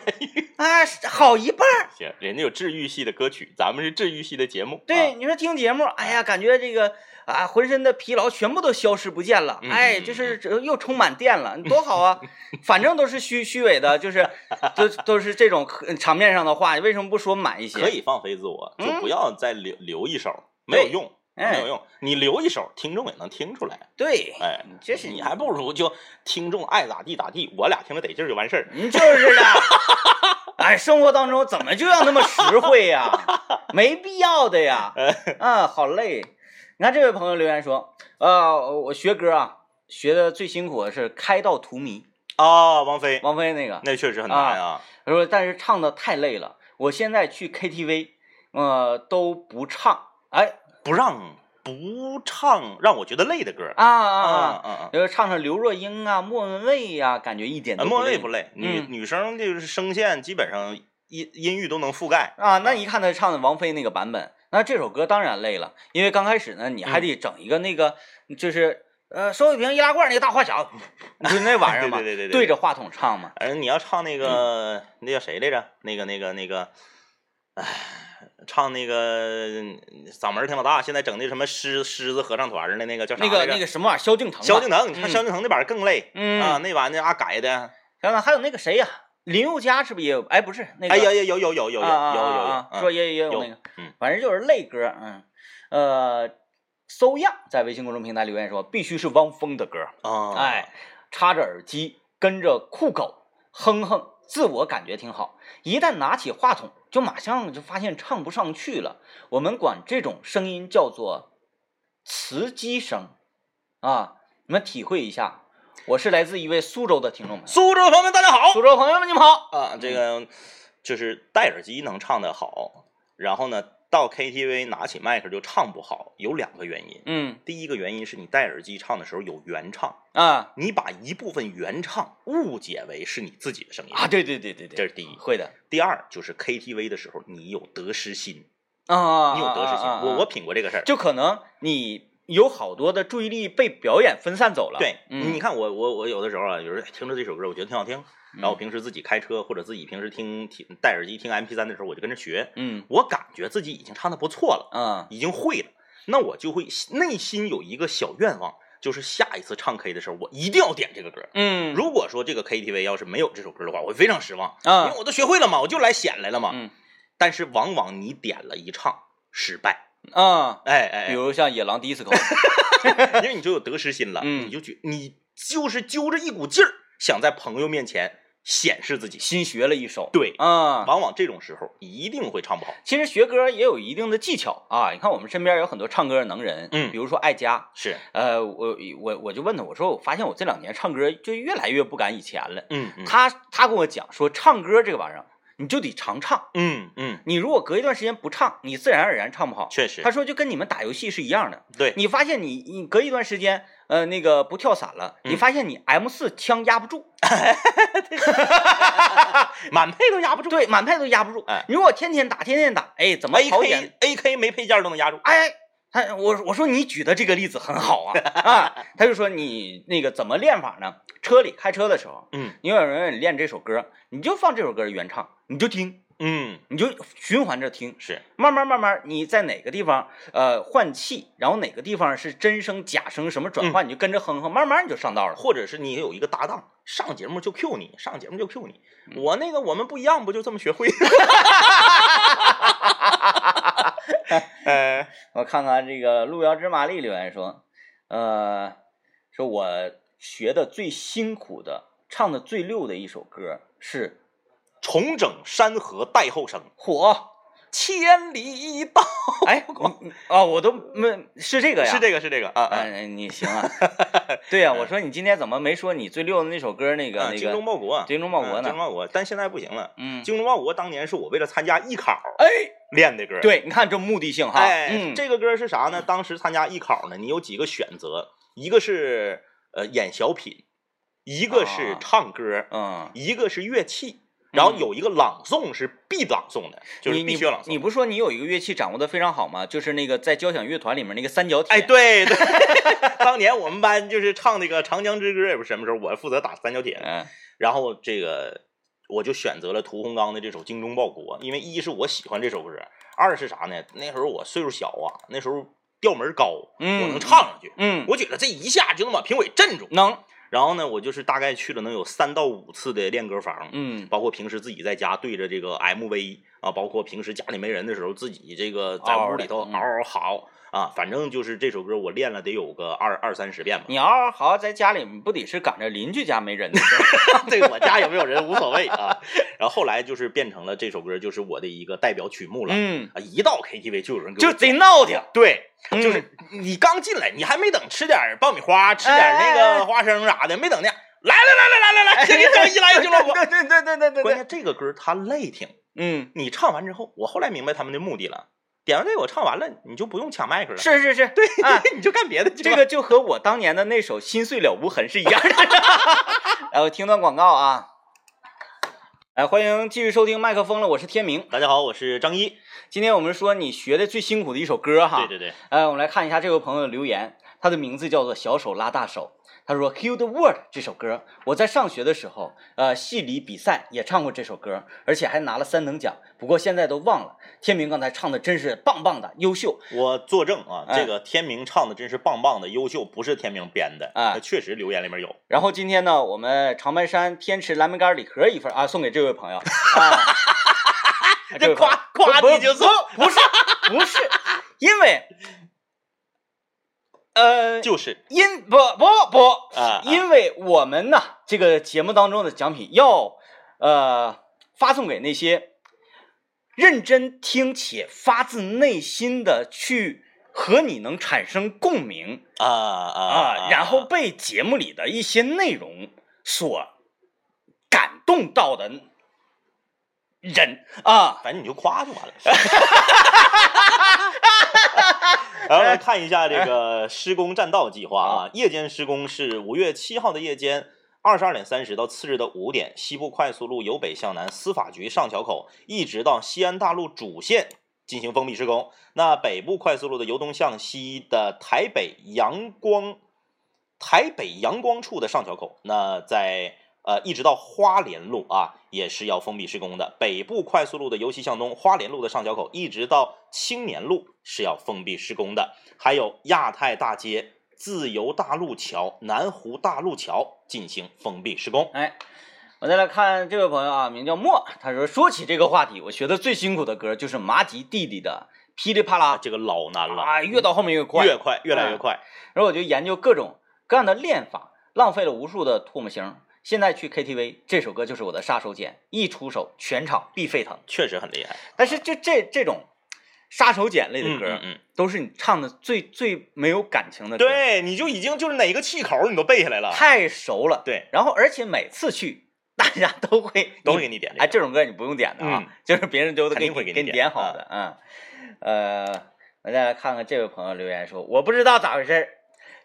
A: 啊，好一半儿。
B: 行，人家有治愈系的歌曲，咱们是治愈系的节目。
A: 对，
B: 啊，
A: 你说听节目，哎呀，感觉这个啊，浑身的疲劳全部都消失不见了，
B: 嗯
A: 哎，就是这又充满电了，多好
B: [LAUGHS]
A: 啊！反正都是虚虚伪的，就是都都是这种呃场面上的话，为什么不说满一些？
B: 可，以放飞自我，就不要再留留一手，没
A: 对
B: 有用，
A: 哎
B: 没有用。你留一手，听众也能听出来。
A: 对，
B: 哎，
A: 这是
B: 你还不如就听众爱咋地咋地，我俩听着得劲儿就完事儿。
A: 你就是
B: [LAUGHS]
A: 的。哎，生活当中怎么就要那么实惠呀、没必要的
B: [LAUGHS]
A: 呀。啊，好累。你看这位朋友留言说，呃，我学歌啊，学的最辛苦的是开到荼蘼，
B: 啊，王菲，
A: 王菲那个。
B: 那确实很难啊。
A: 他说，但是唱的太累了，我现在去 KTV，呃，都不唱。哎
B: 不让不唱让我觉得累的歌。
A: 啊
B: 啊
A: 啊啊！
B: 啊
A: 就是唱唱刘若英啊、莫文蔚呀、感觉一点
B: 啊！
A: 都
B: 莫文蔚
A: 不
B: 不
A: 累
B: 累，女
A: 嗯
B: 女生就是声线基本上音音域都能覆盖。
A: 啊。那一看他唱的王菲那个版本，那这首歌当然累了，因为刚开始呢，你
B: 嗯
A: 还得整一个那个，就是呃，手水瓶易拉罐那个大花小，就是那玩意儿嘛，
B: 对对对对对
A: 对着嗯话筒唱嘛。
B: 而你要唱那个那叫谁来着？那个那个那个，哎，唱那个嗯嗓门儿挺老大，现在整那什么狮狮子合唱团儿的那个叫啥
A: 那
B: 来
A: 个
B: 着？
A: 那个什么玩意儿，萧敬腾吧，
B: 萧敬腾，你看
A: 嗯
B: 萧敬腾那版儿更累
A: 嗯
B: 啊，，那玩意儿啊改的，
A: 然后还有那个谁呀、林宥嘉是不是也有？哎，不是那个，
B: 哎呀呀有有有有有有有
A: 啊啊啊啊
B: 有，
A: 说
B: 嗯
A: 也也有
B: 有
A: 那个，
B: 嗯
A: 反正就是类歌，嗯，呃，搜样在微信公众平台留言说，必须是汪峰的歌，
B: 啊，
A: 哎，插着耳机跟着酷狗哼哼，自我感觉挺好。一旦拿起话筒，就马上就发现唱不上去了。我们管这种声音叫做磁机声啊，你们体会一下。我是来自一位苏州的听众朋友，
B: 苏州的朋友们大家好
A: 苏州朋友们你们好。
B: 啊，这个就是戴耳机能唱的好，然后呢到 KTV 拿起麦克就唱不好，有两个原因。
A: 嗯
B: 第一个原因是你戴耳机唱的时候有原唱，
A: 啊
B: 你把一部分原唱误解为是你自己的声音
A: 啊，，对对对对
B: 这
A: 对，
B: 是第一。
A: 会的
B: 第二就是 KTV 的时候，你有得失心，
A: 啊，
B: 你有得失心。
A: 啊啊
B: 我
A: 啊
B: 我品过这个事儿。
A: 就可能你有好多的注意力被表演分散走了。
B: 对，
A: 嗯
B: 你看我我我有的时候啊，有时候哎听着这首歌，我觉得挺好听，
A: 嗯
B: 然后我平时自己开车或者自己平时听听戴耳机听 MP 3的时候，我就跟着学，
A: 嗯
B: 我感觉自己已经唱的不错了，
A: 啊
B: 已经会了，那我就会内心有一个小愿望，就是下一次唱 K 的时候，我一定要点这个歌。
A: 嗯
B: 如果说这个 KTV 要是没有这首歌的话，我会非常失望，因
A: 啊
B: 为我都学会了嘛，我就来显来了嘛。
A: 嗯
B: 但是往往你点了一唱失败，
A: 啊，
B: 哎哎，
A: 比
B: 哎
A: 如像野狼
B: [LAUGHS]
A: disco，
B: 因为你就有得失心了，
A: [LAUGHS] 嗯
B: 你就觉你就是揪着一股劲儿，想在朋友面前显示自己。
A: 新学了一首。
B: 对，
A: 啊，
B: 往往这种时候一定会唱不好。
A: 其实学歌也有一定的技巧啊。你看我们身边有很多唱歌的能人，
B: 嗯
A: 比如说艾佳，
B: 是，
A: 呃，我我我就问他，我说我发现我这两年唱歌就越来越不敢以前了。
B: 嗯嗯
A: 他他跟我讲说，唱歌这个玩意儿，你就得常唱。
B: 嗯嗯，
A: 你如果隔一段时间不唱，你自然而然唱不好。
B: 确实
A: 他，说就跟你们打游戏是一样的，
B: 对，
A: 你发现你你隔一段时间，呃，那个不跳伞了，
B: 嗯
A: 你发现你 M 四枪压不住，
B: 满配都压不住。
A: 对，满派都压不住。
B: 哎
A: 你如果天天打，天天打，哎，怎么
B: A
A: 跑演
B: K A K 没配件儿都能压住。
A: 哎，他我我说你举的这个例子很好啊啊， [LAUGHS] 他就说你那个怎么练法呢？车里开车的时候，
B: 嗯
A: 你有人练这首歌，你就放这首歌的原唱，你就听，
B: 嗯，
A: 你就循环着听，
B: 是，
A: 慢慢慢慢，你在哪个地方呃换气，然后哪个地方是真声假声什么
B: 嗯
A: 转换，你就跟着哼哼，慢慢你就上道了。
B: 或者是你有一个搭档，上节目就 Q 你，上节目就 Q 你。
A: 嗯
B: 我那个我们不一样，不就这么
A: [LAUGHS]
B: 学会？ [LAUGHS] 呃，
A: 我看看这个路遥知马力留言说，呃，说我学的最辛苦的、唱的最溜的一首歌是
B: 重整山河待后生，
A: 《
B: [LAUGHS]
A: 火
B: 千里一道。》。
A: 哎，你你哦，我都没是这个呀，
B: [LAUGHS] 是
A: 个。
B: 这个，是这个啊啊！
A: 哎，你行啊！对
B: [LAUGHS]
A: 呀、我说你今天怎么没说你最溜的那首歌那个、
B: 啊
A: 那
B: 精忠
A: 个？
B: 报国，
A: 精忠报国
B: 嗯
A: 呢
B: 精忠报国，但现在不行了。
A: 嗯，
B: 精忠报国当年是我为了参加艺考
A: 哎，
B: 练的歌。，
A: 对，你看这目的性哈，
B: 哎，
A: 嗯，
B: 这个歌是啥呢？当时参加艺考呢，你有几个选择，一个是呃演小品，一个是
A: 啊
B: 唱歌，
A: 嗯，
B: 一个是乐器，然后有一个朗诵是必朗诵的，就是
A: 你
B: 必
A: 你
B: 须要朗
A: 你
B: 诵。
A: 不是说你有一个乐器掌握的非常好吗？就是那个在交响乐团里面那个三角铁。
B: 哎，，对 [LAUGHS] 对，当年我们班就是唱那个《长江之歌》，也不是什么时候，我负责打三角铁的，
A: 嗯
B: 然后这个我就选择了屠洪刚的这首《精忠报国》，因为一是我喜欢这首歌，二是啥呢？那时候我岁数小啊，那时候调门高，
A: 嗯
B: 我能唱上去，
A: 嗯，
B: 我觉得这一下就能把评委镇住。
A: 能，
B: 然后呢，我就是大概去了能有三到五次的练歌房，
A: 嗯
B: 包括平时自己在家对着这个 MV 啊，包括平时家里没人的时候，自己这个在
A: 嗷嗷
B: 屋里头
A: 的嗯
B: 嗷嗷嚎啊，反正就是这首歌我练了得有个二二三十遍吧。
A: 你嗷嗷嚎在家里，不得是赶着邻居家没人的时候？ [LAUGHS]
B: 这个我家有没有人无所谓啊。然后后来就是变成了这首歌就是我的一个代表曲目了。
A: 嗯，
B: 啊，一到 KTV 就有人给
A: [LAUGHS]
B: 我
A: 就贼闹挺。
B: 对，
A: 嗯
B: 就是你刚进来，你还没等吃点儿爆米花，吃点儿那
A: 哎哎哎
B: 个花生啥的，没等呢，来来来来来来来，这个
A: [LAUGHS]
B: 一来就俱乐部。
A: [LAUGHS] 对对对对对对
B: 关
A: 对，
B: 键这个歌它累挺，
A: 嗯，
B: 你唱完之后，我后来明白他们的目的了。点完这个我唱完了，你就不用抢麦克了，
A: 是是是，对 [LAUGHS] 啊，
B: 你就干别的去
A: 这
B: 吧。
A: 个就和我当年的那首《心碎了无痕》是一 [LAUGHS] 样的。来，我听段广告啊。哎，欢迎继续收听麦克风了，我是天明。
B: 大家好，我是张一。
A: 今天我们说你学的最辛苦的一首歌哈。
B: 对对对，
A: 哎，我们来看一下这位朋友的留言，他的名字叫做小手拉大手。他说《Heal the World》这首歌，我在上学的时候，呃，系里比赛也唱过这首歌，而且还拿了三等奖。不过现在都忘了。天明刚才唱的真是棒棒的，优秀。
B: 我作证啊，
A: 哎
B: 这个天明唱的真是棒棒的，优秀，不是天明编的
A: 哎
B: 确实留言里面有。，
A: 然后今天呢，我们长白山天池蓝莓干礼盒一份啊，送给这位朋友。啊这位
B: 这
A: 朋友
B: 夸夸
A: 不是
B: 你就送，
A: 不是不是，因为，呃，
B: 就是
A: 因不不不， [LAUGHS]
B: 啊，
A: 因为我们呢这个节目当中的奖品要呃发送给那些认真听且发自内心的去和你能产生共鸣。
B: 啊啊
A: 啊，然后被节目里的一些内容所感动到的人啊，
B: 反正你就夸就完了。然后来看一下这个施工栈道计划啊，夜间施工是五月七号的夜间二十二点三十到次日的五点，西部快速路由北向南司法局上桥口一直到西安大路主线进行封闭施工。那北部快速路的由东向西的台北阳光台北阳光处的上桥口，那在呃一直到花莲路啊，也是要封闭施工的。北部快速路的由西向东，花莲路的上桥口一直到青年路是要封闭施工的。还有亚太大街、自由大路桥、南湖大路桥进行封闭施工。
A: 哎。我再来看这位朋友啊，名叫莫，他说说起这个话题，我学的最辛苦的歌就是麻吉弟弟的《噼里啪
B: 啊，
A: 啦
B: 这个老难》了，
A: 啊，越到后面越快，嗯
B: 越快越来越快。
A: 然后我就研究各种各样的练法，浪费了无数的唾沫星儿。现在去 KTV，这首歌就是我的杀手锏，一出手全场必沸腾。
B: 确实很厉害，
A: 但是就这这种杀手锏类的歌，
B: 嗯嗯
A: 都是你唱的最最没有感情的
B: 嗯，
A: 歌，，
B: 对，你就已经就是哪个气口你都背下来了，
A: 太熟了。
B: 对，
A: 然后而且每次去，大家都会
B: 都会
A: 你
B: 给你点这
A: 哎，
B: 个。
A: 这种歌你不用点的啊，
B: 嗯
A: 就是别人都
B: 肯
A: 给
B: 定
A: 你
B: 会给
A: 给
B: 你
A: 你
B: 点啊
A: 好的，嗯，呃，我再来看看这位朋友留言说，我不知道咋回事儿，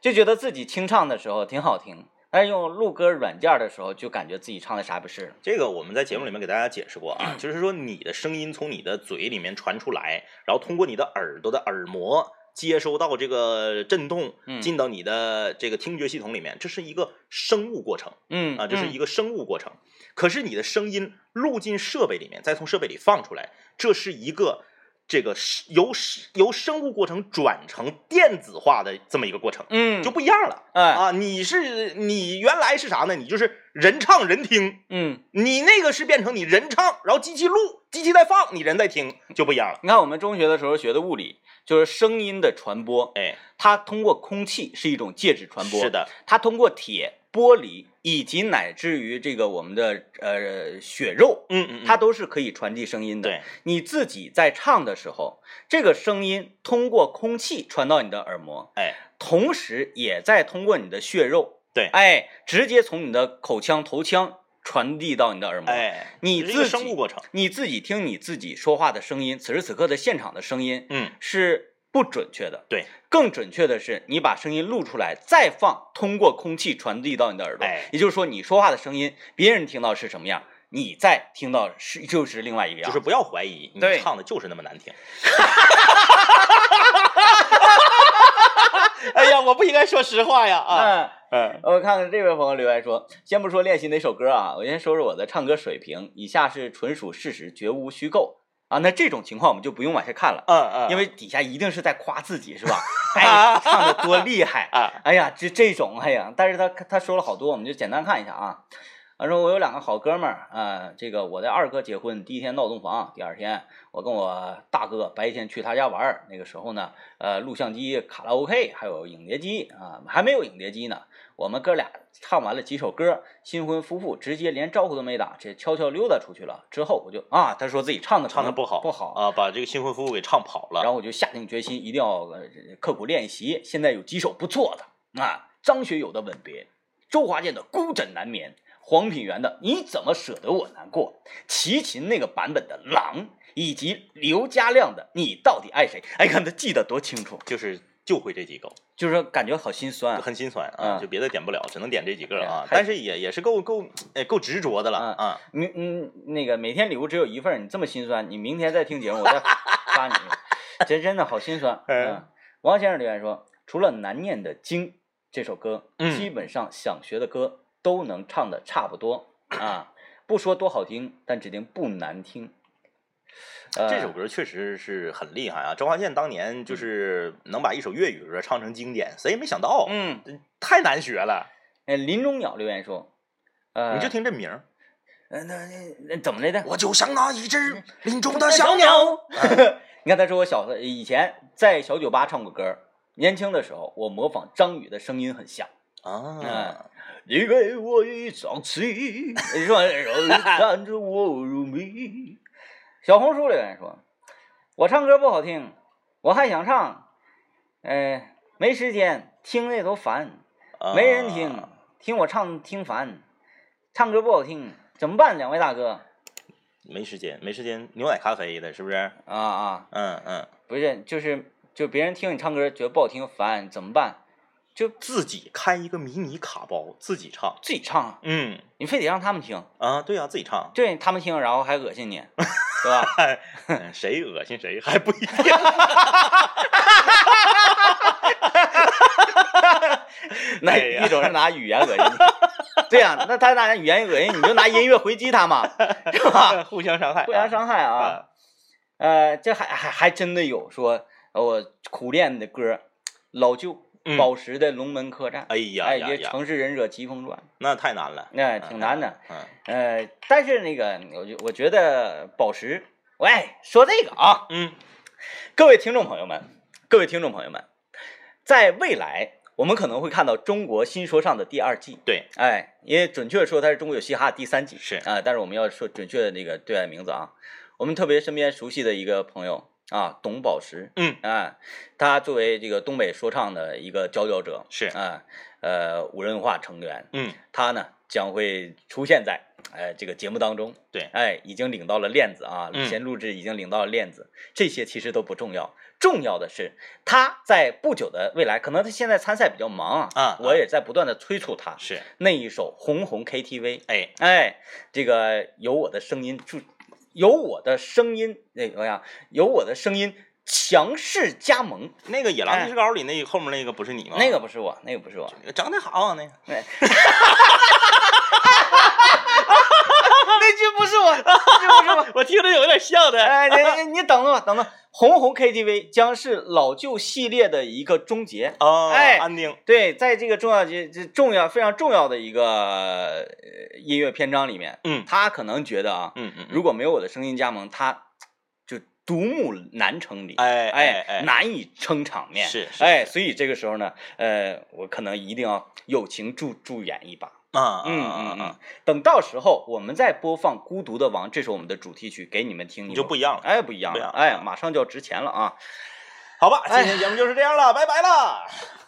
A: 就觉得自己清唱的时候挺好听，但是用录歌软件的时候就感觉自己唱的啥不是了。
B: 这个我们在节目里面给大家解释过啊，就是说你的声音从你的嘴里面传出来，然后通过你的耳朵的耳膜接收到这个震动
A: 嗯，
B: 进到你的这个听觉系统里面，这是一个生物过程
A: 嗯
B: 啊，这是一
A: 个
B: 个生物过程。可是你的声音录进设备里面，再从设备里放出来，这是一个这个是由是由生物过程转成电子化的这么一个过程，
A: 嗯，
B: 就不一样了。
A: 哎
B: [LAUGHS] 啊，你是你原来是啥呢？你就是人唱人听，
A: 嗯，
B: 你那个是变成你人唱，然后机器录，机器在放，你人在听，就不一样了。
A: 你看我们中学的时候学的物理，就是声音的传播，
B: 哎，
A: 它通过空气是一种介质传播，
B: 是，的，
A: 它通过铁、玻璃以及乃至于这个我们的呃血肉，
B: 嗯嗯，
A: 它都是可以传递声音的。
B: 对，
A: 你自己在唱的时候，这个声音通过空气传到你的耳膜，
B: 哎，
A: 同时也在通过你的血肉，
B: 对
A: 哎，直接从你的口腔、头腔传递到你的耳膜。
B: 哎，
A: 你
B: 这是一个
A: 自己
B: 生物过程，
A: 你自己听你自己说话的声音，此时此刻的现场的声音
B: 嗯，
A: 是不准确的。
B: 对，
A: 更准确的是你把声音录出来，再放，通过空气传递到你的耳朵。
B: 哎
A: 也就是说，你说话的声音，别人听到是什么样，你再听到是就是另外一个样。
B: 就是不要怀疑，你
A: 对
B: 唱的就是那么难听。 [LAUGHS] 哎呀，我不应该说实话呀啊！
A: 嗯，
B: 嗯，
A: 我看看这位朋友留言说，先不说练习哪首歌啊，我先说说我的唱歌水平，以下是纯属事实，绝无虚构啊。那这种情况我们就不用往下看了，
B: 嗯嗯，
A: 因为底下一定是在夸自己是吧？哎，唱的多厉害！
B: 啊，
A: 哎呀，这这种，哎呀，但是他他说了好多，我们就简单看一下啊。他说我有两个好哥们儿，呃，这个我的二哥结婚，第一天闹洞房，第二天我跟我大哥白天去他家玩儿，那个时候呢，呃，录像机、卡拉 OK 还有影碟机啊、还没有影碟机呢。我们哥俩唱完了几首歌，新婚夫妇直接连招呼都没打，这悄悄溜达出去了。之后我就啊，他说自己唱的
B: 唱的不好，
A: 不好
B: 啊，把这个新婚夫妇给唱跑
A: 然
B: 了。
A: 后我就下定决心，一定要呃刻苦练习。现在有几首不错的啊，张学友的《吻别》，周华健的《孤枕难眠》，黄品源的《你怎么舍得我难过》，齐秦那个版本的《狼》，以及刘嘉亮的《你到底爱谁》。哎，看他记得多清楚，
B: 就是就会这几个，
A: 就是说感觉好心酸啊。
B: 很心酸啊，
A: 嗯
B: 就别的点不了，只能点这几个了啊
A: 哎。
B: 但是也也是够够，哎，够执着的了
A: 嗯
B: 啊。
A: 你 [LAUGHS] 嗯，那个每天礼物只有一份儿，你这么心酸，你明天再听节目，我再发你，真真的好心酸。
B: 嗯
A: 嗯，王先生留言说，除了难念的《经》这首歌，
B: 嗯
A: 基本上想学的歌都能唱的差不多啊，不说多好听，但指定不难听。呃、
B: 这首歌确实是很厉害啊！周华健当年
A: 嗯
B: 就是能把一首粤语歌唱成经典，谁也没想到，
A: 嗯，
B: 太难学了。
A: 呃林中鸟留言说，呃，
B: 你就听这名儿，
A: 呃，那那那怎么来着？
B: 我就像那一只林中的
A: 嗯小
B: 小鸟。啊
A: 鸟。 [LAUGHS] 你看，他说我小的以前在小酒吧唱过歌，年轻的时候我模仿张宇的声音很像。嗯
B: 啊，
A: 你给我一张 [LAUGHS] 琴，你说看着我入迷。小红书留言说，我唱歌不好听，我还想唱，呃，没时间听那都烦，
B: 啊
A: 没人听，听我唱听烦，唱歌不好听怎么办？两位大哥
B: 没时间，没时间，牛奶咖啡的是不是？
A: 啊啊！
B: 嗯嗯，
A: 不是，就是就别人听你唱歌觉得不好听烦怎么办？就
B: 自己开一个迷你卡包，自己唱。
A: 自己唱啊，
B: 嗯
A: 你非得让他们听，，
B: 啊，对啊，自己唱
A: [LAUGHS] 对他们听，然后还恶心你，对
B: [LAUGHS]
A: 吧？
B: 嗯谁恶心谁还不一定。
A: 那
B: 哎呀
A: 一种是拿语言恶心你，对呀、那他拿语言恶心你，你就拿音乐回击他
B: [LAUGHS]
A: 嘛，是吧？
B: 啊互相伤害，
A: 互相伤害
B: 害
A: 啊。！呃，这还还还真的有说，呃我苦练的歌，老舅
B: 嗯
A: 宝石的《龙门客栈》
B: 哎呀
A: 哎，
B: 呀
A: 这《
B: 呀，
A: 城市忍者疾风传》，
B: 那太难了，
A: 那挺难的。
B: 嗯
A: 呃，但是那个，我就我觉得宝石，喂，说这个啊，
B: 嗯，
A: 各位听众朋友们，各位听众朋友们，在未来我们可能会看到《中国新说唱》的第二季，
B: 对，
A: 哎，因为准确地说它是《中国有嘻哈》第三季，
B: 是
A: 啊、但是我们要说准确的那个对外名字啊，我们特别身边熟悉的一个朋友啊，董宝石，
B: 嗯
A: 啊，他作为这个东北说唱的一个佼佼者，
B: 是，
A: 啊，呃，五人文化成员，
B: 嗯
A: 他呢将会出现在呃这个节目当中。
B: 对
A: 哎，已经领到了链子啊，
B: 嗯
A: 先录制已经领到了链子，这些其实都不重要，重要的是他在不久的未来，可能他现在参赛比较忙啊，
B: 啊
A: 我也在不断的催促他
B: 是，
A: 那一首红红 KTV，
B: 哎，
A: 哎，这个有我的声音助，有我的声音哎那个呀，有我的声音强势加盟，
B: 那个《野狼
A: 哎
B: 的士高》里那个后面那个不是你吗？
A: 那个不是我，那个不是我，
B: 个长得好啊，那个
A: 那那句不是我，那句不是 [LAUGHS] 我。
B: 我听着有点像的。
A: 哎，你你你等等吧，等等，红红 KTV 将是老旧系列的一个终结。
B: 哦，
A: 哎
B: 安定，
A: 对，在这个重要节、这重要非常重要的一个呃音乐篇章里面，
B: 嗯
A: 他可能觉得啊，
B: 嗯嗯嗯，
A: 如果没有我的声音加盟，他就独木难成理。
B: 哎
A: 哎
B: 哎，
A: 难以撑场面
B: 是是
A: 哎，所以这个时候呢，呃，我可能一定要友情助助演一把，
B: 啊，
A: 嗯
B: 啊
A: 嗯
B: 啊
A: 嗯
B: 啊，，
A: 等到时候我们再播放《孤独的王》，这是我们的主题曲，给你们听，
B: 你就不一样了。
A: 哎不一样
B: 不一
A: 了
B: 样，
A: 哎，马上就要值钱了啊！
B: 好吧，今
A: 哎
B: 天节目就是这样了，拜拜了。